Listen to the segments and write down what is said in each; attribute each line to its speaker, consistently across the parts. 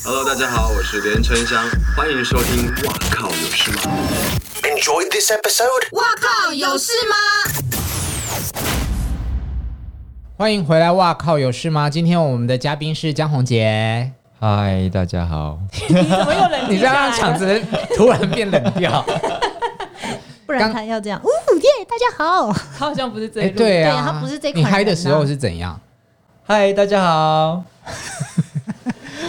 Speaker 1: Hello，大家好，我是连春香，欢迎收听。哇靠，有事吗？
Speaker 2: Enjoyed this episode?
Speaker 3: 哇靠，有事吗？
Speaker 4: 欢迎回来！哇靠，有事吗？今天我们的嘉宾是江宏杰。
Speaker 5: 嗨，大家好。
Speaker 6: 怎么又冷
Speaker 4: 你
Speaker 6: 静
Speaker 4: 这
Speaker 6: 下来
Speaker 4: 样让
Speaker 6: 了
Speaker 4: 场子突然变冷掉。
Speaker 7: 不然
Speaker 4: 刚
Speaker 7: 他要这样，呜耶，大家好，
Speaker 6: 他好像不是这
Speaker 4: 哎，
Speaker 6: 一路。
Speaker 4: 对
Speaker 7: 对
Speaker 4: 啊，
Speaker 7: 他不是这款
Speaker 4: 你
Speaker 7: 人啊？
Speaker 4: 嗨的时候是怎样？
Speaker 5: 嗨，大家好。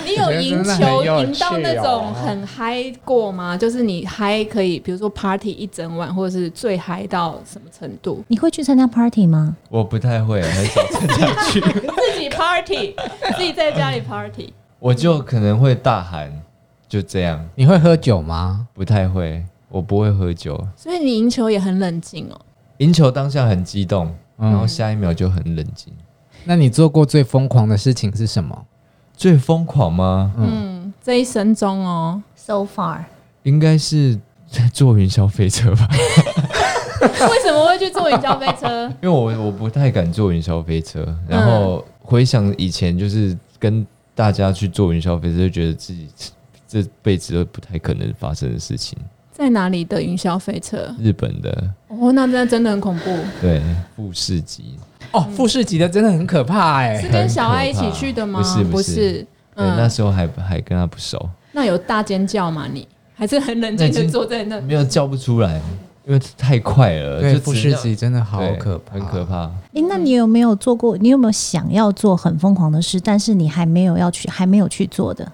Speaker 6: 你有赢
Speaker 4: 我觉得真的很
Speaker 6: 球
Speaker 4: 有趣哦
Speaker 6: 赢到那种很嗨过吗？就是你嗨可以，比如说 party 一整晚，或者是最嗨到什么程度
Speaker 7: 你会去参加 party 吗？
Speaker 5: 我不太会，很 少参加去，
Speaker 6: 自己 party，自己在家里 party。
Speaker 5: 我就可能会大喊，就这样。
Speaker 4: 你会喝酒吗？
Speaker 5: 不太会，我不会喝酒。
Speaker 6: 所以你赢球也很冷静哦。
Speaker 5: 赢球当下很激动，然后下一秒就很冷静。
Speaker 4: 嗯那你做过最疯狂的事情是什么？
Speaker 5: 最疯狂吗？
Speaker 6: 嗯，这一生中哦，
Speaker 7: So far，
Speaker 5: 应该是坐云霄飞车吧，
Speaker 6: 为什么会去坐云霄飞车？
Speaker 5: 因为我我不太敢坐云霄飞车。然
Speaker 6: 嗯
Speaker 5: 后回想以前，就是跟大家去坐云霄飞车，就觉得自己这辈子都不太可能发生的事情。
Speaker 6: 在哪里的云霄飞车？
Speaker 5: 日本的
Speaker 6: 哦，那那真的很恐怖，
Speaker 5: 对，富士急。
Speaker 4: 哦，富士急的真的很可怕哎、
Speaker 6: 嗯是跟小爱一起去的吗？
Speaker 5: 不是不是对，那
Speaker 6: 嗯，
Speaker 5: 时候还还跟他不熟，
Speaker 6: 那有大尖叫吗？你还是很冷静
Speaker 5: 那已
Speaker 6: 的
Speaker 5: 经
Speaker 6: 坐在那。
Speaker 5: 没有叫不出来，因为太快了。
Speaker 4: 对，
Speaker 5: 就
Speaker 4: 富
Speaker 5: 只
Speaker 4: 士
Speaker 5: 能
Speaker 4: 急真的好
Speaker 5: 对
Speaker 4: 可怕，
Speaker 5: 很可。怕。
Speaker 7: 哎、那你有没有做过？你有没有想要做很疯狂的事，但是你还没有要去，还没有去做的？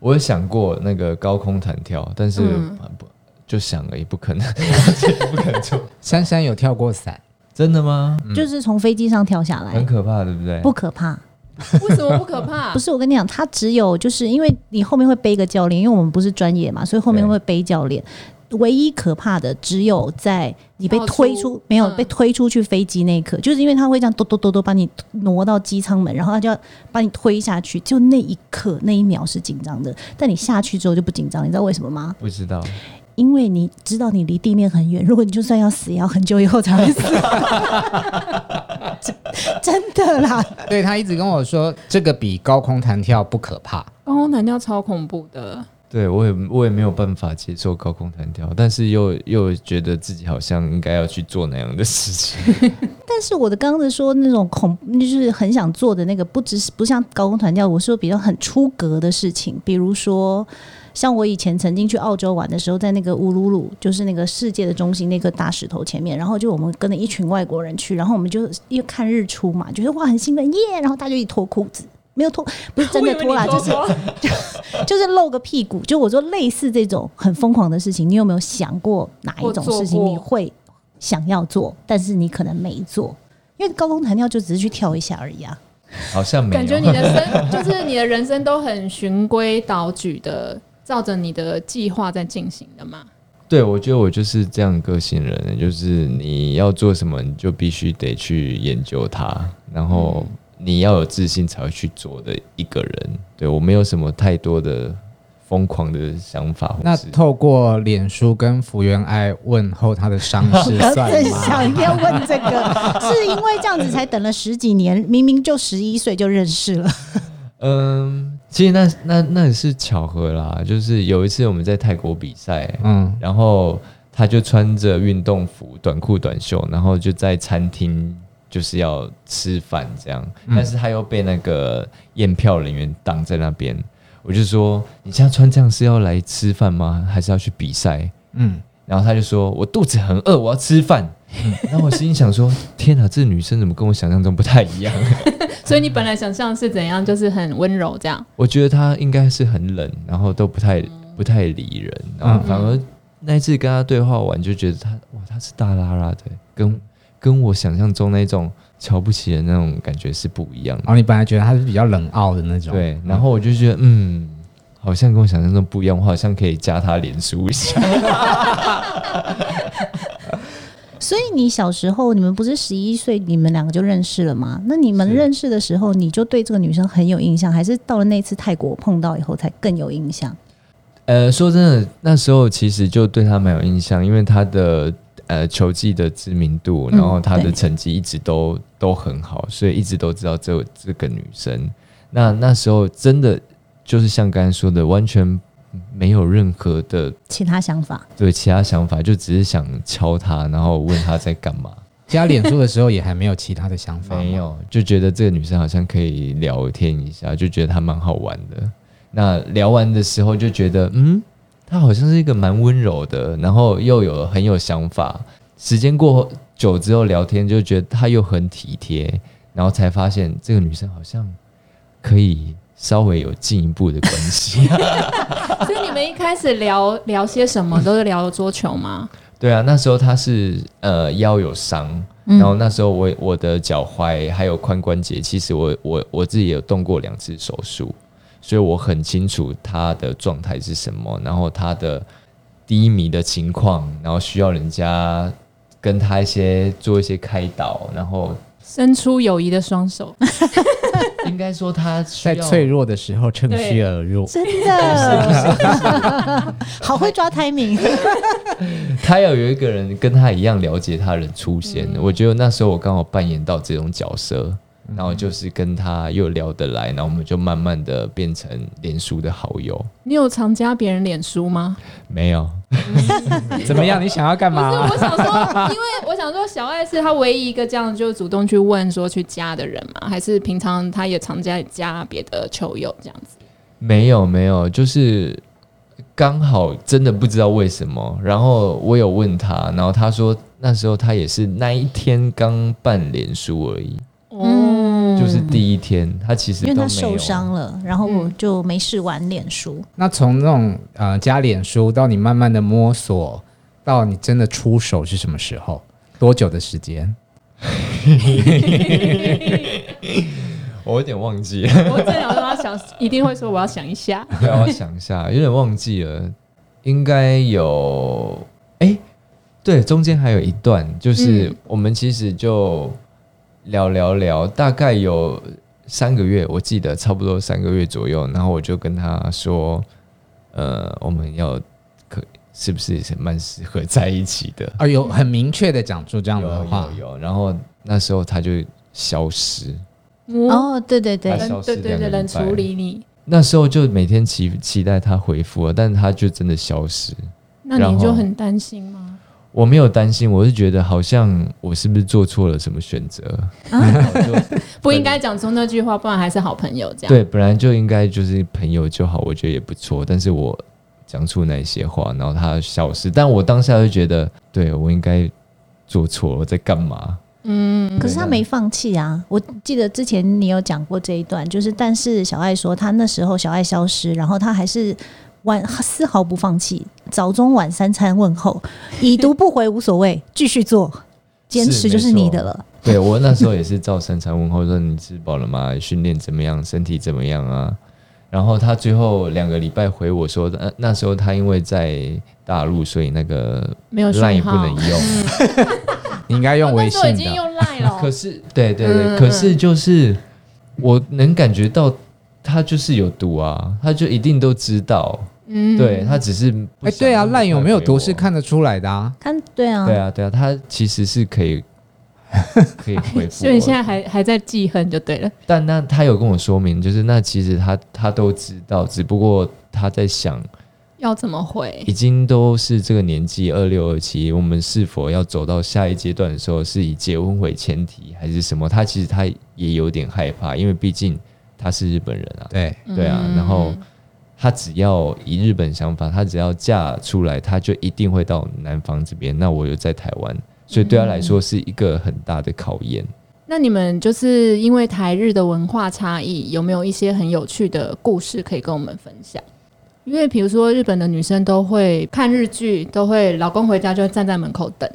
Speaker 5: 我有想过那个高空弹跳，但是
Speaker 6: 嗯
Speaker 5: 不、就想了也不可能，不可能做。
Speaker 4: 珊珊有跳过伞，
Speaker 5: 真的吗？
Speaker 4: 嗯
Speaker 7: 就是从飞机上跳下
Speaker 5: 很
Speaker 7: 来，
Speaker 5: 可怕，对不对？
Speaker 7: 不可怕。
Speaker 6: 为什么不可怕？
Speaker 7: 不是我跟你讲，他只有就是因为你后面会背一个教练，因为我们不是专业嘛，所以后面
Speaker 5: 对
Speaker 7: 会背教练。唯一可怕的只有在你被
Speaker 6: 跳
Speaker 7: 推
Speaker 6: 出
Speaker 7: 出没有
Speaker 6: 嗯
Speaker 7: 被推出去飞机那一刻，就是因为他会这样哆哆哆哆把你挪到机舱门，然后他就要把你推下去，就那一刻那一秒是紧张的，但你下去之后就不紧张，你知道为什么吗？
Speaker 5: 不知道，
Speaker 7: 因为你知道你离地面很远，如果你就算要死，也要很久以后才会死， 真真的啦，
Speaker 4: 对他一直跟我说这个比高空弹跳不可怕，
Speaker 6: 高空弹跳超恐怖的，
Speaker 5: 对我也我也没有办法接受高空弹跳，但是又又觉得自己好像应该要去做那样的 事情。
Speaker 7: 但是我的刚刚的说那种恐，就是很想做的那个，不只是不像高空团跳，我说比较很出格的事情，比如说像我以前曾经去澳洲玩的时候，在那个乌鲁鲁，就是那个世界的中心那个大石头前面，然后就我们跟着一群外国人去，然后我们就因为看日出嘛，觉得哇很兴奋耶，然后大家就一起脱裤子。没有脱，不是真的脱啦，就是就是露个屁股。就我说类似这种很疯狂的事情，你有没有想过哪一种事情
Speaker 6: 我做过
Speaker 7: 你会想要做，但是你可能没做？因为高空弹跳就只是去跳一下而已啊。
Speaker 5: 好像没有，
Speaker 6: 感觉你的生就是你的人生都很循规蹈矩的，照着你的计划在进行的嘛。
Speaker 5: 对，我觉得我就是这样个性人，欸就是你要做什么，你就必须得去研究它，然后你要有自信才会去做的一个人。对我没有什么太多的疯狂的想法或
Speaker 4: 那
Speaker 5: 是
Speaker 4: 透过脸书跟福原爱问候他的伤 势算
Speaker 7: 正
Speaker 4: 吗？
Speaker 7: 呃 想要问这个，是因为这样子才等了十几年，明明就十一岁就认识了。
Speaker 5: 嗯，其实那那那也是巧合啦，就是有一次我们在泰国比赛，
Speaker 4: 嗯，
Speaker 5: 然后他就穿着运动服、短裤、短袖，然后就在餐厅就是要吃饭这样，但是他又被那个验票人员挡在那边。我就说：“你现在穿这样是要来吃饭吗？还是要去比赛？”
Speaker 4: 嗯
Speaker 5: 嗯，然后他就说：“我肚子很饿，我要吃饭。” 然后我心里想说：“天哪，这女生怎么跟我想象中不太一样？
Speaker 6: 所以你本来想象是怎样，就是很温柔这样。
Speaker 5: 我觉得她应该是很冷，然后都不太不太理人，然后反而那一次跟她对话完，就觉得她哇，她是大拉拉的，跟跟我想象中那种瞧不起人那种感觉是不一样
Speaker 4: 然
Speaker 5: 的。
Speaker 4: 后你本来觉得他是比较冷傲的那种，
Speaker 5: 对，然后我就觉得嗯，好像跟我想象中不一样，我好像可以加她脸书一下。
Speaker 7: 所以你小时候，你们不是十一岁，你们两个就认识了吗？那你们认识的时候，你就对这个女生很有印象，还是到了那次泰国碰到以后才更有印象？
Speaker 5: 呃，说真的，那时候其实就对他蛮有印象，因为他的呃球技的知名度，
Speaker 7: 嗯
Speaker 5: 然后他的
Speaker 7: 对
Speaker 5: 成绩一直都都很好，所以一直都知道这这个女生。那那时候真的就是像刚才说的，完全没有任何的
Speaker 7: 其他想法。
Speaker 5: 对其他想法，就只是想敲他，然后问他在干嘛。
Speaker 4: 加脸书的时候也还没有其他的想法，
Speaker 5: 没。有，就觉得这个女生好像可以聊天一下，就觉得她蛮好玩的。那聊完的时候就觉得，嗯，她好像是一个蛮温柔的，然后又有很有想法。时间过后久之后聊天，就觉得她又很体贴，然后才发现这个女生好像可以稍微有进一步的关系。
Speaker 6: 所以你们一开始聊聊些什么？都是聊桌球吗？
Speaker 5: 对啊，那时候她是呃腰有伤，
Speaker 4: 嗯
Speaker 5: 然后那时候我我的脚踝还有髋关节，其实我我我自己有动过两次手术，所以我很清楚她的状态是什么，然后她的低迷的情况，然后需要人家跟她一些做一些开导，然后
Speaker 6: 伸出友谊的双手，
Speaker 5: 应该说她需
Speaker 4: 在
Speaker 5: 要
Speaker 4: 脆弱的时候趁虚而入，
Speaker 7: 真的， 好会抓 timing，
Speaker 5: 他要有一个人跟他一样了解他的人出现。我觉得那时候我刚好扮演到这种角色，然后就是跟他又聊得来，然后我们就慢慢的变成脸书的好友。
Speaker 6: 你有常加别人脸书吗？
Speaker 5: 没有，
Speaker 4: 怎么样？你想要干
Speaker 6: 不是，
Speaker 4: 嘛？
Speaker 6: 我想说，因为我想说，小爱是他唯一一个这样就主动去问说去加的人嘛，还是平常他也常加加别的球友这样子？
Speaker 5: 没有，没有，就是刚好真的不知道为什么。然后我有问他，然后他说那时候他也是那一天刚办脸书而已，
Speaker 7: 嗯
Speaker 6: 哦，
Speaker 5: 就是第一天，他其实
Speaker 7: 因为
Speaker 5: 都没
Speaker 7: 他
Speaker 5: 有
Speaker 7: 受伤了，然后我就没事玩脸书。
Speaker 4: 那从那种呃加脸书到你慢慢的摸索，到你真的出手是什么时候？多久的时间？
Speaker 5: 我有点忘记了。
Speaker 6: 我正想说他想一定会说我要想一下，
Speaker 5: 对啊，我想一下，有点忘记了，应该有，哎、对，中间还有一段，就是
Speaker 6: 嗯
Speaker 5: 我们其实就聊聊聊，大概有三个月，我记得差不多三个月左右，然后我就跟他说，呃，我们要可是不是蛮适合在一起的？
Speaker 4: 啊，有很明确的讲出这样
Speaker 5: 有
Speaker 4: 的话
Speaker 5: 有，有，然后那时候他就消失，
Speaker 6: 哦，
Speaker 7: 哦，对对对
Speaker 5: 还，消
Speaker 6: 冷
Speaker 5: 失
Speaker 6: 对对
Speaker 5: 两
Speaker 6: 对，
Speaker 5: 个礼
Speaker 6: 冷
Speaker 5: 拜
Speaker 6: 处理你，
Speaker 5: 那时候就每天期期待他回复了，但是他就真的消失。
Speaker 6: 那
Speaker 5: 然
Speaker 6: 你
Speaker 5: 后
Speaker 6: 就很担心吗？
Speaker 5: 我没有担心，我是觉得好像我是不是做错了什么选择？
Speaker 6: 不应该讲出那句话，不然还是好朋友这样。
Speaker 5: 对，本来就应该就是朋友就好，我觉得也不错。但是我讲出那些话，然后他消失，但我当下就觉得，对我应该做错了，我在干嘛？
Speaker 6: 嗯
Speaker 7: 可是他没放弃啊！嗯我记得之前你有讲过这一段，就是但是小爱说他那时候小爱消失，然后他还是晚丝毫不放弃，早中晚三餐问 候，已读不回无所谓，继续做，坚持就是你的了。
Speaker 5: 对我那时候也是照三餐问候，说你吃饱了吗？训练怎么样？身体怎么样啊？然后他最后两个礼拜回我说，那、那时候他因为在大陆，所以那个
Speaker 6: 没有讯
Speaker 5: line 不
Speaker 6: 号
Speaker 5: 能 用。
Speaker 4: 你应该用微
Speaker 6: 那时
Speaker 4: 信
Speaker 6: 候已经
Speaker 4: 的。
Speaker 6: 用赖了
Speaker 5: 啊 可
Speaker 6: 哦，
Speaker 5: 是，对对对，
Speaker 6: 嗯嗯
Speaker 5: 可是就是我能感觉到他就是有毒啊，他就一定都知道，
Speaker 6: 嗯，
Speaker 5: 对他只是不
Speaker 4: 哎，
Speaker 5: 想
Speaker 4: 对啊，
Speaker 5: 那么
Speaker 4: 烂有没有
Speaker 5: 快回我
Speaker 4: 毒是看得出来的啊。
Speaker 7: 看，对啊，
Speaker 5: 对啊对啊，他其实是可 以可以回复
Speaker 6: 所以你现在
Speaker 5: 我，
Speaker 6: 还还在记恨就对了。
Speaker 5: 但那他有跟我说明，就是那其实他他都知道，只不过他在想，
Speaker 6: 要怎么回
Speaker 5: 已？经都是这个年纪二六二七，我们是否要走到下一阶段的时候，是以结婚为前提还是什么？他其实他也有点害怕，因为毕竟他是日本人啊。
Speaker 4: 对，
Speaker 5: 对啊，然后她只要以日本想法，她只要嫁出来，她就一定会到南方这边。那我又在台湾，所以对她来说是一个很大的考验。
Speaker 6: 那你们就是因为台日的文化差异，有没有一些很有趣的故事可以跟我们分享？因为比如说日本的女生都会看日剧，都会老公回家就会站在门口等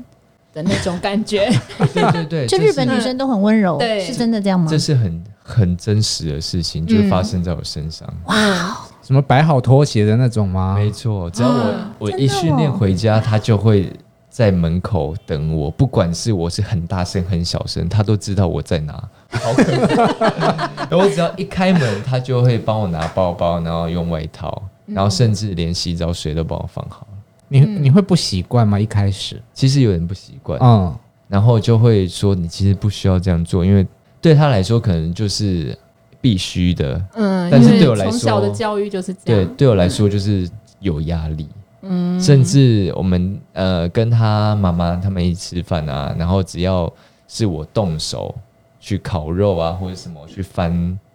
Speaker 6: 的那种感 觉。
Speaker 5: 对对对，
Speaker 7: 就
Speaker 5: 这是
Speaker 7: 日本女生都很温柔，
Speaker 6: 对
Speaker 7: 是真的这样吗
Speaker 5: 这？是很很真实的事情，就是发生在我身上。
Speaker 6: 嗯，
Speaker 4: 什么摆好拖鞋的那种吗？
Speaker 5: 没错，只要我、
Speaker 6: 啊
Speaker 5: 我
Speaker 7: 真的哦
Speaker 5: 一训练回家，她就会。在门口等我，不管是我是很大声很小声，她都知道我在哪。好可怕！我只要一开门，她就会帮我拿包包，然后用外套，
Speaker 7: 嗯
Speaker 5: 然后甚至连洗澡水都帮我放好。
Speaker 4: 你
Speaker 6: 嗯
Speaker 4: 你会不习惯吗？一开始，
Speaker 5: 其实有点不习惯，
Speaker 4: 嗯，
Speaker 5: 然后就会说你其实不需要这样做，因为对他来说可能就是必须的，
Speaker 6: 嗯，
Speaker 5: 但是
Speaker 6: 因为
Speaker 5: 对我来说
Speaker 6: 从小的教育就是这
Speaker 5: 对
Speaker 6: 样，，
Speaker 5: 对我来说就是有压力。嗯，甚至我们呃跟他妈妈他们一起吃饭啊，然后只要是我动手去烤肉啊或者什么去翻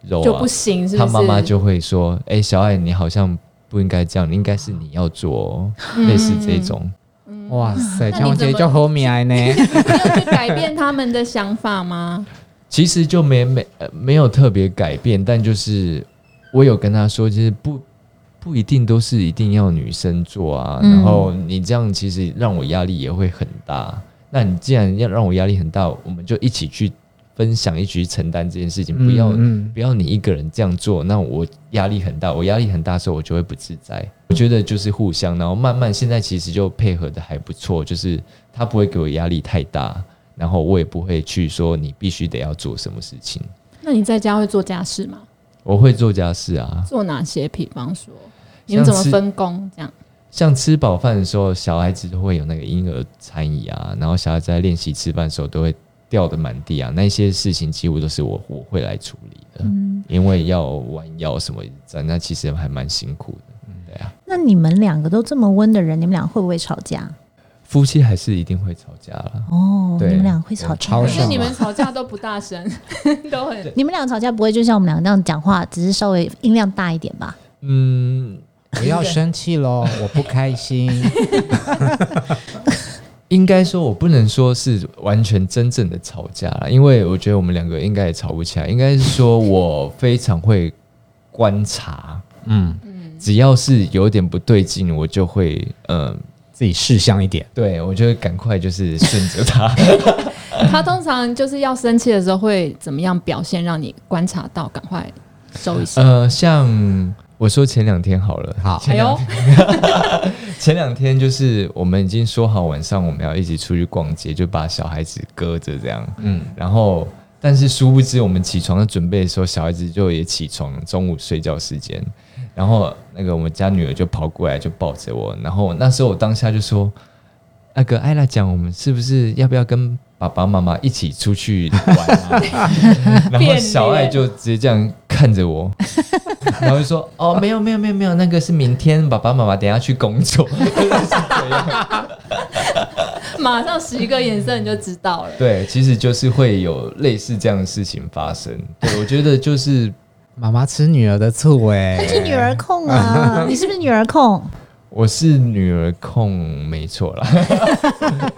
Speaker 5: 肉啊，
Speaker 6: 就不行，是不
Speaker 5: 他
Speaker 6: 是？
Speaker 5: 妈妈就会说：“哎、小爱，你好像不应该这样，应该是你要做、哦。
Speaker 6: 嗯
Speaker 5: 类似这种。
Speaker 4: 哇塞，
Speaker 6: 那
Speaker 4: 这样
Speaker 6: 你怎
Speaker 4: 子
Speaker 6: 么
Speaker 4: 就啊好命的 呢。
Speaker 6: 你有去改变他们的想法吗？
Speaker 5: 其实就没没、呃、没有特别改变，但就是我有跟他说，就是不不一定都是一定要女生做啊。
Speaker 4: 嗯
Speaker 5: 然后你这样其实让我压力也会很大。那你既然要让我压力很大，我们就一起去分享，一起去承担这件事情，不要、
Speaker 4: 嗯
Speaker 5: 不要你一个人这样做，那我压力很大，我压力很大的时候，我就会不自在。我觉得就是互相，然后慢慢现在其实就配合的还不错，就是他不会给我压力太大，然后我也不会去说你必须得要做什么事情。
Speaker 6: 那你在家会做家事吗？
Speaker 5: 我会做家事啊，
Speaker 6: 做哪些？比方说，你们怎么分工？这样
Speaker 5: 像吃饱饭的时候，小孩子都会有那个婴儿餐椅啊，然后小孩子在练习吃饭的时候都会掉的满地啊，那些事情几乎都是我我会来处理的，因为要弯腰什么的，那其实还蛮辛苦的。
Speaker 7: 那你们两个都这么温的人，你们俩会不会吵架？
Speaker 5: 夫妻还是一定会吵架啦。
Speaker 7: 哦，
Speaker 5: 对
Speaker 7: 你们俩会吵架
Speaker 4: 超。
Speaker 6: 可是
Speaker 4: 爽
Speaker 6: 你们吵架都不大声， 都很
Speaker 7: 你们俩吵架不会就像我们俩那样讲话，只是稍微音量大一点吧？
Speaker 5: 嗯，
Speaker 4: 不要生气 喽，我不开心。
Speaker 5: 应该说我不能说是完全真正的吵架啦，因为我觉得我们两个应该也吵不起来。应该是说我非常会观察，
Speaker 4: 嗯，
Speaker 5: 只要是有点不对劲，我就会嗯、呃
Speaker 4: 自己事项一点。
Speaker 5: 对我就会赶快就是顺着他。
Speaker 6: 他通常就是要生气的时候会怎么样表现，让你观察到，赶快收一下。
Speaker 5: 呃，像我说前两天好了，
Speaker 4: 好，
Speaker 6: 哎呦，
Speaker 5: 前两天就是我们已经说好晚上我们要一起出去逛街，就把小孩子搁着这样，嗯，然后但是殊不知我们起床要准备的时候，小孩子就也起床，中午睡觉时间，然后那个我们家女儿就跑过来就抱着我，然后那时候我当下就说，那个艾拉讲我们是不是要不要跟爸爸妈妈一起出去玩啊？然后小爱就直接这样看着我，然后就说：“哦，没有没有没有没有，那个是明天爸爸妈妈等一下去工作。
Speaker 6: 马上十一个眼色你就知道了”。
Speaker 5: 对，其实就是会有类似这样的事情发生。对，我觉得就是
Speaker 4: 妈妈吃女儿的醋哎、
Speaker 7: 是女儿控啊， 你是不是女儿控？
Speaker 5: 我是女儿控，没错啦。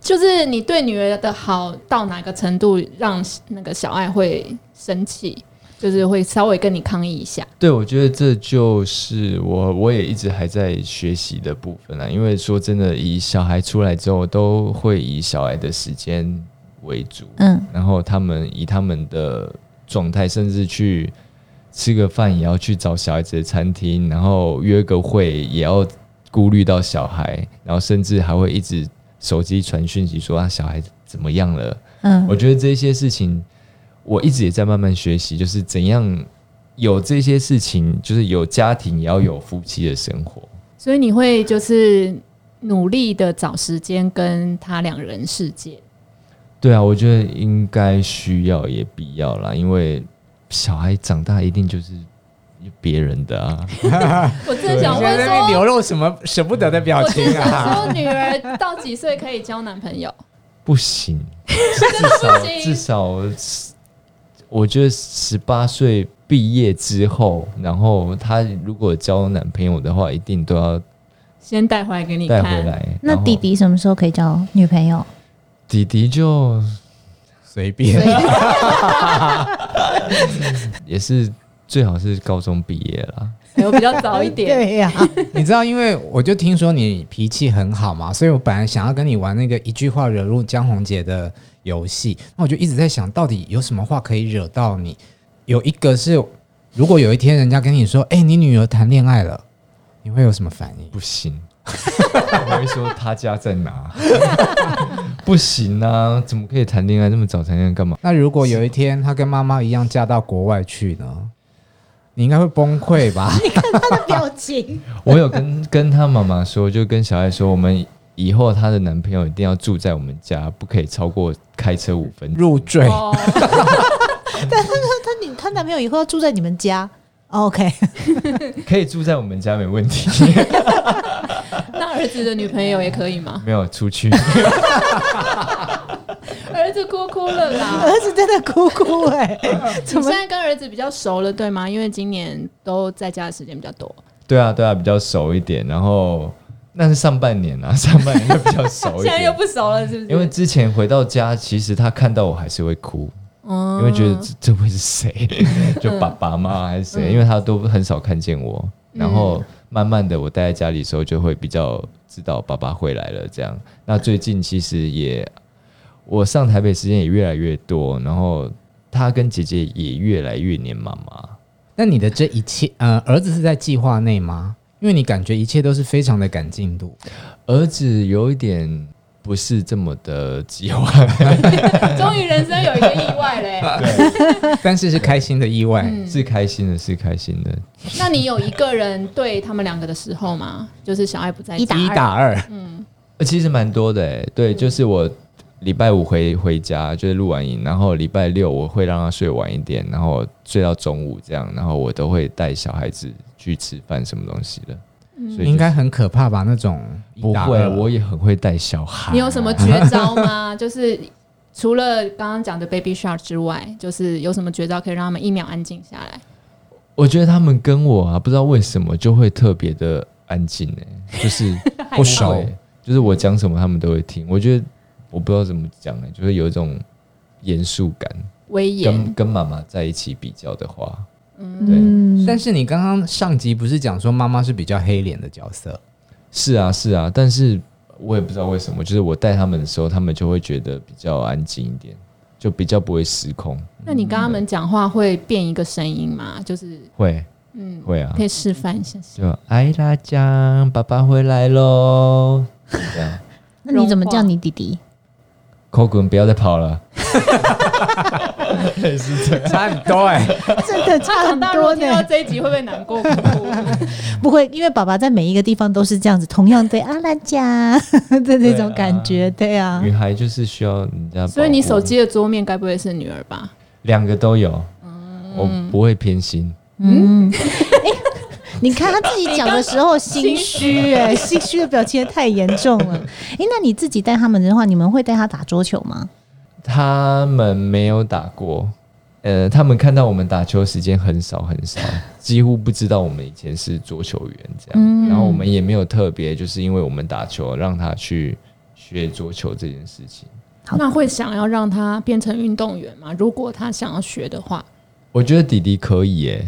Speaker 6: 就是你对女儿的好到哪个程度，让那个小爱会生气，就是会稍微跟你抗议一下。
Speaker 5: 对，我觉得这就是我我也一直还在学习的部分啊啦。因为说真的，以小孩出来之后，都会以小孩的时间为主。
Speaker 7: 嗯，
Speaker 5: 然后他们以他们的状态，甚至去吃个饭也要去找小孩子的餐厅，然后约个会也要顾虑到小孩，然后甚至还会一直手机传讯息说啊小孩怎么样了。
Speaker 7: 嗯
Speaker 5: 我觉得这些事情我一直也在慢慢学习，就是怎样有这些事情，就是有家庭也要有夫妻的生活。
Speaker 6: 所以你会就是努力的找时间跟他两人世界。
Speaker 5: 对啊，我觉得应该需要也必要啦，因为小孩长大一定就是别人的啊。
Speaker 6: 我真的想
Speaker 4: 在
Speaker 6: 问
Speaker 4: 那边
Speaker 6: 说，
Speaker 4: 流露什么舍不得的表
Speaker 6: 我真
Speaker 4: 情
Speaker 6: 的想
Speaker 4: 啊？
Speaker 6: 说，女儿到几岁可以交男朋友？
Speaker 5: 不行，至少
Speaker 6: 行
Speaker 5: 至少，我觉得十八岁毕业之后，然后她如果交男朋友的话，一定都要
Speaker 6: 先带回来给你
Speaker 5: 带
Speaker 6: 看。
Speaker 5: 回来。
Speaker 7: 那
Speaker 5: 然后
Speaker 7: 弟弟什么时候可以交女朋友？
Speaker 5: 弟弟就
Speaker 4: 随便，
Speaker 5: 也是最好是高中毕业啦。
Speaker 6: 哎我比较早一点。
Speaker 7: 对呀、
Speaker 4: 你知道，因为我就听说你脾气很好嘛，所以我本来想要跟你玩那个一句话惹怒江宏杰的游戏，那我就一直在想到底有什么话可以惹到你。有一个是，如果有一天人家跟你说：“哎、你女儿谈恋爱了”，你会有什么反应？
Speaker 5: 不行， 我会说他家在哪？ 不行啊，怎么可以谈恋爱？那么早谈恋爱干嘛？
Speaker 4: 那如果有一天她跟妈妈一样嫁到国外去呢？ 你应该会崩溃吧？
Speaker 7: 他的表情。
Speaker 5: 我有跟跟他妈妈说，就跟小爱说，我们以后她的男朋友一定要住在我们家，不可以超过开车五分钟。
Speaker 4: 入赘。
Speaker 6: 哦，
Speaker 7: 但是他他你
Speaker 8: 她男朋友以后要住在你们家，OK？
Speaker 5: 可以住在我们家没问题，
Speaker 6: 那儿子的女朋友也可以吗？
Speaker 5: 没有出去。
Speaker 6: 儿子哭哭了啦。
Speaker 8: 儿子真的哭哭哎、
Speaker 6: 你现在跟儿子比较熟了，对吗？因为今年都在家的时间比较多。
Speaker 5: 对啊，对啊，比较熟一点。然后那是上半年啊，上半年就比较熟一
Speaker 6: 现在又
Speaker 5: 点。
Speaker 6: 不熟了，是不是？
Speaker 5: 哦因为之前回到家，其实他看到我还是会哭，
Speaker 6: 嗯
Speaker 4: 哦
Speaker 5: 因为觉得这这会是谁？ 就爸爸妈还是
Speaker 4: 嗯
Speaker 5: 谁？因为他都很少看见我。然后慢慢的，我待在家里的时候，就会比较知道爸爸回来了。这样，那最近其实也我上台北时间也越来越多，然后他跟姐姐也越来越黏妈妈。
Speaker 4: 那你的这一切，呃，儿子是在计划内吗？因为你感觉一切都是非常的赶进度，
Speaker 5: 儿子有一点不是这么的计划，
Speaker 6: 终于人生有一个意外嘞。
Speaker 4: 但是是开心的意外。
Speaker 5: 是开心的，是开心的。
Speaker 6: 那你有一个人对他们两个的时候吗？就是小爱不在家，
Speaker 4: 一打二，
Speaker 5: 呃，其实蛮多的诶，
Speaker 6: 嗯
Speaker 5: 对，就是我礼拜五回回家，就是录完影，然后礼拜六我会让他睡晚一点，然后睡到中午这样，然后我都会带小孩子去吃饭什么东西的，
Speaker 6: 嗯
Speaker 5: 所以就是
Speaker 4: 应该很可怕吧？那种
Speaker 5: 不
Speaker 4: 一打
Speaker 5: 会，啊
Speaker 4: 二
Speaker 5: 我也很会带小孩。
Speaker 6: 你有什么绝招吗？ 就是除了刚刚讲的 Baby Shark 之外，就是有什么绝招可以让他们一秒安静下来？
Speaker 5: 我觉得他们跟我啊，不知道为什么就会特别的安静哎、 就是
Speaker 6: 害
Speaker 4: 不熟
Speaker 5: 对，就是我讲什么他们都会听。我觉得我不知道怎么讲哎、就是有一种严肃感。
Speaker 6: 威
Speaker 5: 跟
Speaker 6: 严，
Speaker 5: 跟妈妈在一起比较的话，
Speaker 7: 嗯
Speaker 4: 但是你刚刚上集不是讲说妈妈是比较黑脸的角色，
Speaker 5: 是啊是啊，但是我也不知道为什么，就是我带他们的时候，他们就会觉得比较安静一点，就比较不会失控。
Speaker 6: 那你跟他们讲话会变一个声音吗？就是
Speaker 5: 会
Speaker 6: 嗯，
Speaker 5: 会啊
Speaker 6: 可，以示范一下。
Speaker 5: 就艾拉酱，爸爸回来 喽，这样。
Speaker 7: 那你怎么
Speaker 6: 融化
Speaker 7: 叫你弟弟？
Speaker 5: 扣滚，不要再跑了。
Speaker 4: 差很多哎、
Speaker 5: 欸
Speaker 8: 真的差很
Speaker 6: 大家如
Speaker 8: 多
Speaker 6: 果
Speaker 8: 呢
Speaker 6: 听、 到这一集会不会难过？
Speaker 8: 不会，因为爸爸在每一个地方都是这样子，同样对阿拉家 的那种感觉，对啊
Speaker 5: 女，孩就是需要人家保护，
Speaker 6: 嗯所以你手机的桌面该不会是女儿吧？
Speaker 5: 两个都有，
Speaker 6: 嗯
Speaker 5: 我不会偏心。
Speaker 8: 嗯 你看他自己讲的时候心虚 哎、心虚的表情也太严重了。
Speaker 7: 诶，那你自己带他们的话，你们会带他打桌球吗？
Speaker 5: 他们没有打过，呃，他们看到我们打球时间很少很少，几乎不知道我们以前是桌球员这
Speaker 7: 嗯
Speaker 5: 样。
Speaker 8: 嗯
Speaker 5: 然后我们也没有特别，就是因为我们打球让他去学桌球这件事情。
Speaker 6: 那会想要让他变成运动员吗？如果他想要学的 话，
Speaker 5: 我觉得弟弟可以耶、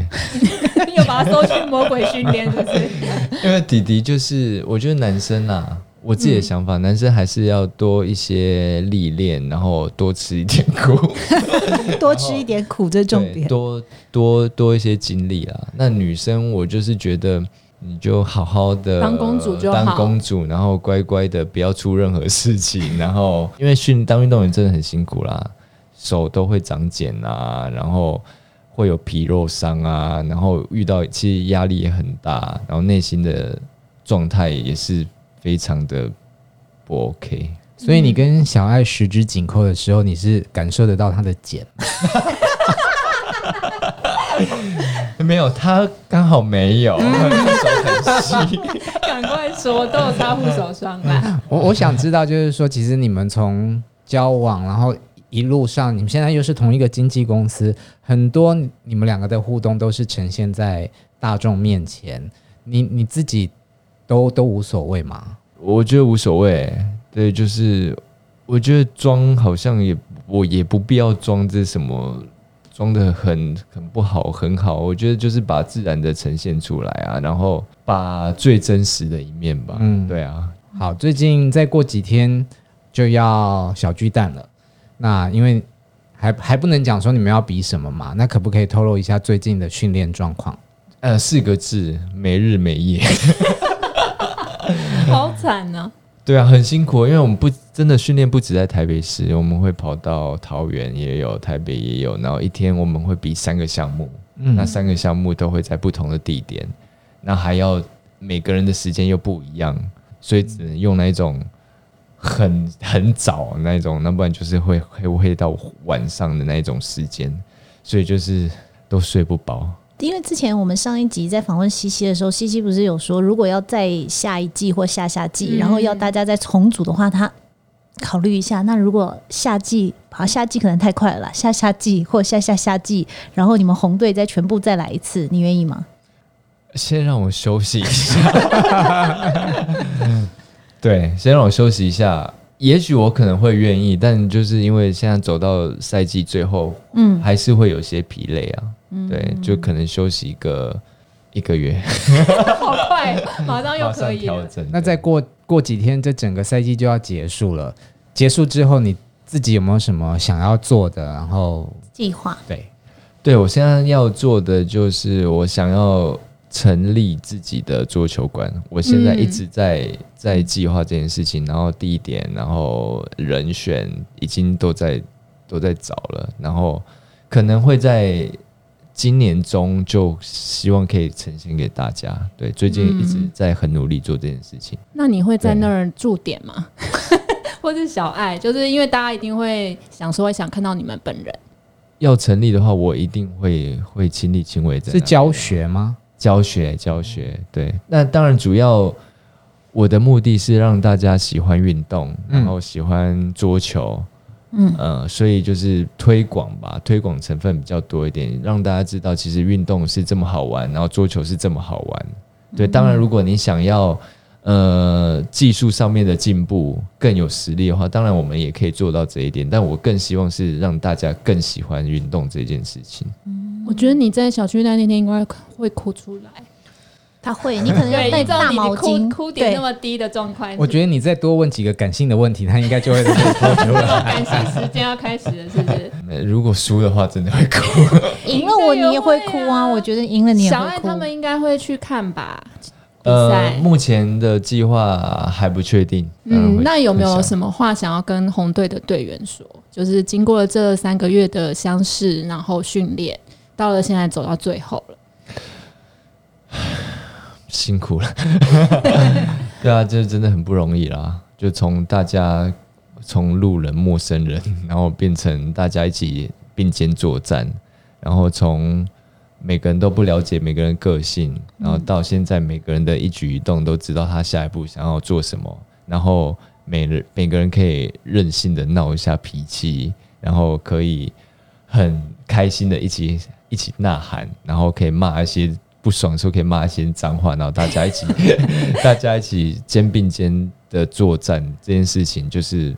Speaker 6: 你有把他收去魔鬼训练，是不是？
Speaker 5: 因为弟弟就是我觉得男生啊，我自己的想法，男生还是要多一些历练，然后多吃一点苦。
Speaker 8: 多吃一点苦，这是重
Speaker 5: 对
Speaker 8: 点。
Speaker 5: 多多多一些经历啦。那女生，我就是觉得你就好好的
Speaker 6: 当公主就好
Speaker 5: 当公主，然后乖乖的，不要出任何事情。然后因为训当运动员真的很辛苦啦，手都会长茧啊，然后会有皮肉伤啊，然后遇到其实压力也很大，然后内心的状态也是非常的不 OK。
Speaker 4: 所以你跟小爱十指紧扣的时候，你是感受得到她的茧 吗，
Speaker 5: 没有，他刚好 没有，手很细。
Speaker 6: 赶快说，都有擦护手霜啦。
Speaker 4: 我我想知道，就是说，其实你们从交往，然后一路上，你们现在又是同一个经纪公司，很多你们两个的互动都是呈现在大众面前，你你自己都都无所谓吗？
Speaker 5: 我觉得无所谓，对，就是我觉得装好像也我也不必要装这什么，装的很很不好，很好。我觉得就是把自然的呈现出来啊，然后把最真实的一面吧。嗯，
Speaker 4: 嗯
Speaker 5: 对啊，
Speaker 4: 好，最近再过几天就要小巨蛋了，那因为还还不能讲说你们要比什么嘛，那可不可以透露一下最近的训练状况？
Speaker 5: 呃，四个字，没日没夜。
Speaker 6: 好惨呢、
Speaker 5: 对啊，很辛苦，因为我们不真的训练不止在台北市，我们会跑到桃园也有，台北也有，然后一天我们会比三个项目，那三个项目都会在不同的地点，那还要每个人的时间又不一样，所以只能用那一种很很早那一种，那不然就是会会会到晚上的那一种时间，所以就是都睡不饱。
Speaker 7: 因为之前我们上一集在访问西西的时候，西西不是有说，如果要在下一季或下下季，
Speaker 6: 嗯
Speaker 7: 然后要大家再重组的话，他考虑一下。那如果下季，好，下季可能太快了啦，下下季或下下下季，然后你们红队再全部再来一次，你愿意吗？
Speaker 5: 先让我休息一下。 对，先让我休息一下。也许我可能会愿意，但就是因为现在走到赛季最后，嗯，还是会有些疲累啊。对，就可能休息个一个月，
Speaker 6: 好快，马上又
Speaker 5: 马
Speaker 6: 可
Speaker 5: 上
Speaker 6: 以
Speaker 5: 调
Speaker 6: 了。
Speaker 5: 整。
Speaker 4: 那再过过几天，这整个赛季就要结束了。结束之后，你自己有没有什么想要做的？然后，
Speaker 7: 计划
Speaker 4: 对，
Speaker 5: 对我现在要做的就是，我想要成立自己的桌球馆。我现在一直在、在计划这件事情，然后地点，然后人选已经都在都在找了，然后可能会在今年中就希望可以呈现给大家。对，最近一直在很努力做这件事情。
Speaker 6: 那你会在那儿驻点吗？ 或是小爱，就是因为大家一定会想说想看到你们本人，
Speaker 5: 要成立的话，我一定会会亲力亲为在
Speaker 4: 是
Speaker 5: 那里
Speaker 4: 教学吗？
Speaker 5: 教学教学，对。那当然，主要我的目的是让大家喜欢运动，
Speaker 4: 嗯
Speaker 5: 然后喜欢桌球，嗯呃，所以就是推广吧，推广成分比较多一点，让大家知道其实运动是这么好玩，然后桌球是这么好玩。对，当然，如果你想要呃技术上面的进步更有实力的话，当然我们也可以做到这一点，但我更希望是让大家更喜欢运动这件事情。
Speaker 6: 我觉得你在小区那那天应该会哭出来，
Speaker 7: 他会，你可 能要带
Speaker 6: 你知道
Speaker 7: 大
Speaker 6: 你
Speaker 7: 毛
Speaker 6: 哭
Speaker 7: 巾，
Speaker 6: 哭点
Speaker 7: 对
Speaker 6: 那么低的状况，
Speaker 4: 我觉得你再多问几个感性的问题，他应该就会 被说出
Speaker 6: 得
Speaker 4: 来。
Speaker 6: 感性时间要开始了，是不 是？
Speaker 5: 呃如果输的话，真的会哭。
Speaker 8: 赢了我你也会哭
Speaker 6: 赢了也会
Speaker 8: 啊，
Speaker 6: 啊
Speaker 8: 我觉得赢了你也
Speaker 6: 小
Speaker 8: 会
Speaker 6: 爱
Speaker 8: 哭
Speaker 6: 他。们应该会去看吧。比
Speaker 5: 呃
Speaker 6: 赛，，
Speaker 5: 目前的计划还不确定。
Speaker 6: 嗯，那有没有
Speaker 5: 么？
Speaker 6: 什么话想要跟红队的队员说？就是经过了这三个月的相识，然后训练，到了现在走到最后了，
Speaker 5: 辛 苦了。 对啊，这真的很不容易啦。就从大家从路人、陌生人，然后变成大家一起并肩作战，然后从每个人都不了解每个人个性，然后到现在每个人的一举一动都知道他下一步想要做什么，然后每人每个人可以任性的闹一下脾气，然后可以很开心的一起一起呐喊，然后可以骂一些不爽的时候可以骂一些脏话，然后大家一起大家一起肩并肩的作战这件事情，就是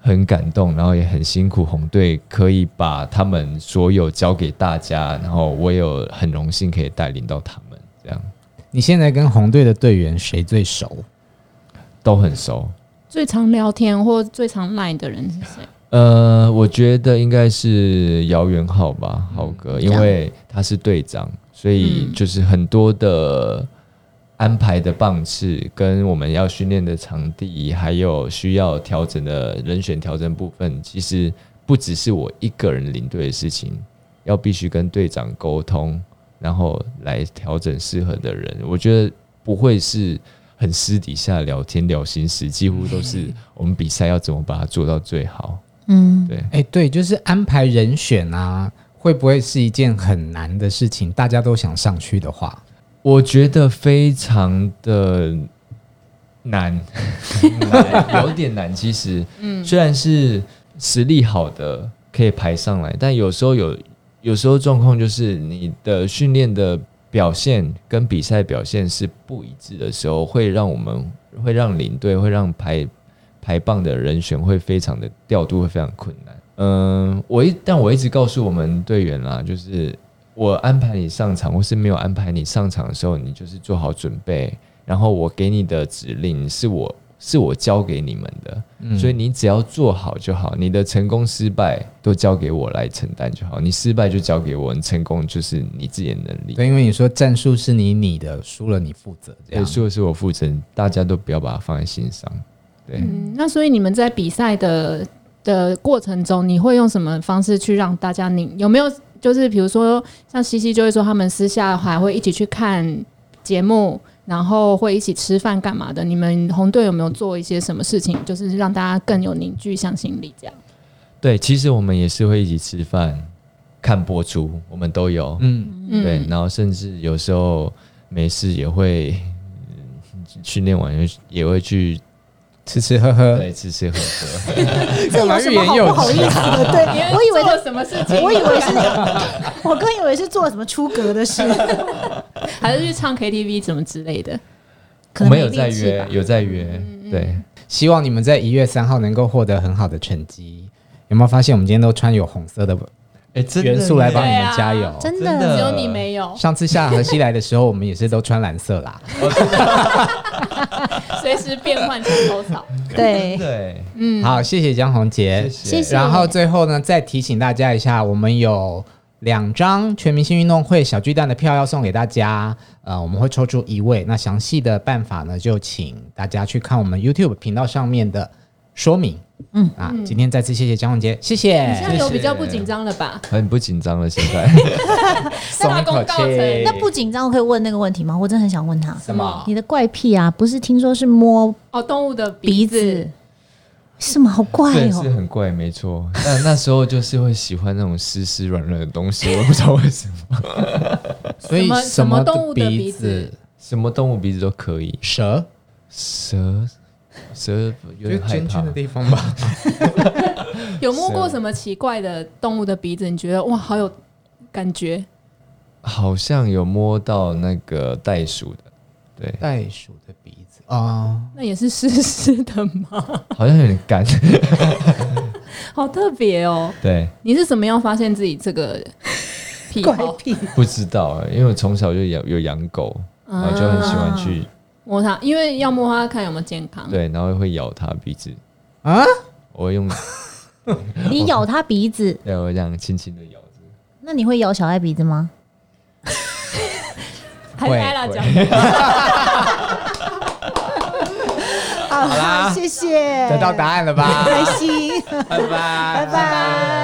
Speaker 5: 很感动，然后也很辛苦。红队可以把他们所有交给大家，然后我有很荣幸可以带领到他们，这样
Speaker 4: 你现在跟红队的队员谁最熟？
Speaker 5: 都很熟。
Speaker 6: 最常聊天或最常 line 的人是谁？
Speaker 5: 呃，我觉得应该是姚元浩吧，浩哥，因为他是队长，所以就是很多的安排的棒次跟我们要训练的场地，还有需要调整的人选调整部分，其实不只是我一个人领队的事情，要必须跟队长沟通，然后来调整适合的人。我觉得不会是很私底下聊天聊心事，几乎都是我们比赛要怎么把它做到最好。嗯，对，
Speaker 4: 哎、对，就是安排人选啊，会不会是一件很难的事情？大家都想上去的话，
Speaker 5: 我觉得非常的难，难有点难。其实，嗯，虽然是实力好的可以排上来，但有时候有有时候状况就是你的训练的表现跟比赛表现是不一致的时候，会让我们会让领队会让排排棒的人选会非常的调度会非常困难。嗯，我一但我一直告诉我们队员啦，就是我安排你上场，或是没有安排你上场的时候，你就是做好准备，然后我给你的指令是我是我交给你们的，所以你只要做好就好，你的成功失败都交给我来承担就好，你失败就交给我，你成功就是你自己的能力。
Speaker 4: 对，啊因为你说战术是你拟的，输了你负责，这
Speaker 5: 对，
Speaker 4: 样。
Speaker 5: 说的是我负责，大家都不要把它放在心上。对，
Speaker 6: 嗯，那所以你们在比赛的的过程中，你会用什么方式去让大家你有没有就是比如说像西西就会说他们私下还会一起去看节目，然后会一起吃饭干嘛的？你们红队有没有做一些什么事情，就是让大家更有凝聚向心力这样？
Speaker 5: 对，其实我们也是会一起吃饭，看播出，我们都有。
Speaker 4: 嗯，
Speaker 5: 对，然后甚至有时候没事也会嗯训练完也会去
Speaker 4: 吃吃喝喝，
Speaker 5: 对吃吃喝喝。
Speaker 4: 干嘛
Speaker 8: 有什
Speaker 4: 欲
Speaker 8: 么
Speaker 4: 言
Speaker 8: 好不
Speaker 4: 又
Speaker 8: 好意
Speaker 4: 止？
Speaker 8: 思的？ 对，我以为
Speaker 6: 做
Speaker 8: 他，
Speaker 6: 什么事情，
Speaker 8: 我以为是， 我刚以为是做了什么出格的事，
Speaker 6: 还是去唱 KTV 什么之类的。
Speaker 8: 可能
Speaker 5: 我们
Speaker 8: 没
Speaker 5: 有在
Speaker 8: 力气
Speaker 5: 约
Speaker 8: 吧，。
Speaker 5: 有在约，
Speaker 8: 嗯
Speaker 5: 对，
Speaker 4: 希望你们在一月三号能够获得很好的成绩。有没有发现我们今天都穿有红色的
Speaker 5: 哎，真的
Speaker 4: 元素来帮你
Speaker 5: 耶
Speaker 6: 对
Speaker 4: 们
Speaker 6: 啊
Speaker 4: 加油？
Speaker 8: 真
Speaker 5: 真
Speaker 8: 的哦
Speaker 5: 的
Speaker 6: 只有你没有，
Speaker 4: 上次下河西来的时候，我们也是都穿蓝色啦。
Speaker 6: 随时变换墙头草。
Speaker 8: 对，
Speaker 5: 对，
Speaker 8: 嗯
Speaker 4: 好，谢谢江宏杰，
Speaker 5: 哎谢
Speaker 4: 然后最后呢，再提醒大家一下，我们有两张全明星运动会小巨蛋的票要送给大家，呃，我们会抽出一位。那详细的办法呢，就请大家去看我们 YouTube 频道上面的说明。嗯啊，今天再次谢谢江宏杰，谢
Speaker 6: 你现在
Speaker 4: 谢，
Speaker 6: 有比较不紧张了吧？
Speaker 5: 很不紧张了，现 在
Speaker 4: 松
Speaker 6: 大
Speaker 4: 一口
Speaker 6: 功告成
Speaker 4: 气。
Speaker 7: 那不紧张可以问那个问题吗？我真的很想问他，
Speaker 4: 什么
Speaker 7: 你的怪癖啊，不是听说是摸
Speaker 6: 哦，动物的鼻
Speaker 7: 鼻
Speaker 6: 子
Speaker 7: 子，，什么好怪
Speaker 5: 对是
Speaker 7: 哦？
Speaker 5: 很怪，没错。但那时候就是会喜欢那种湿湿软软的东西，我也不知道为什么，
Speaker 4: 所以
Speaker 6: 什么
Speaker 4: 什
Speaker 6: 什么
Speaker 4: 的
Speaker 6: 动物的
Speaker 4: 鼻
Speaker 6: 鼻
Speaker 4: 子
Speaker 6: 子？
Speaker 5: 什么动物鼻子都可以。
Speaker 4: 蛇，
Speaker 5: 蛇，蛇有点害怕。
Speaker 4: 地方吧。
Speaker 6: 有摸过什么奇怪的动物的鼻子？你觉得哇，好有感觉？
Speaker 5: 好像有摸到那个袋鼠的，对，
Speaker 4: 袋鼠的鼻子哦，
Speaker 6: 那也是湿湿的吗？
Speaker 5: 好像有点干，
Speaker 6: 好特别哦！
Speaker 5: 对，
Speaker 6: 你是怎么样发现自己这个癖
Speaker 8: 怪
Speaker 6: 好？
Speaker 8: 癖，
Speaker 5: 不知道欸，因为我从小就养有养狗，然后就很喜欢去、
Speaker 6: 摸它，因为要摸它看有没有健康。
Speaker 5: 对，然后会咬它鼻子
Speaker 4: 啊，
Speaker 5: 我会用，
Speaker 7: 你咬他鼻子，
Speaker 5: 对，我会这样轻轻的咬着，
Speaker 7: 那你会咬小爱鼻子吗？
Speaker 6: 还是
Speaker 4: 会
Speaker 6: 艾拉
Speaker 4: 会
Speaker 6: 讲，
Speaker 8: 好啦，谢谢，
Speaker 4: 得到答案了吧？
Speaker 8: 开心，
Speaker 4: 拜拜，拜
Speaker 8: 拜。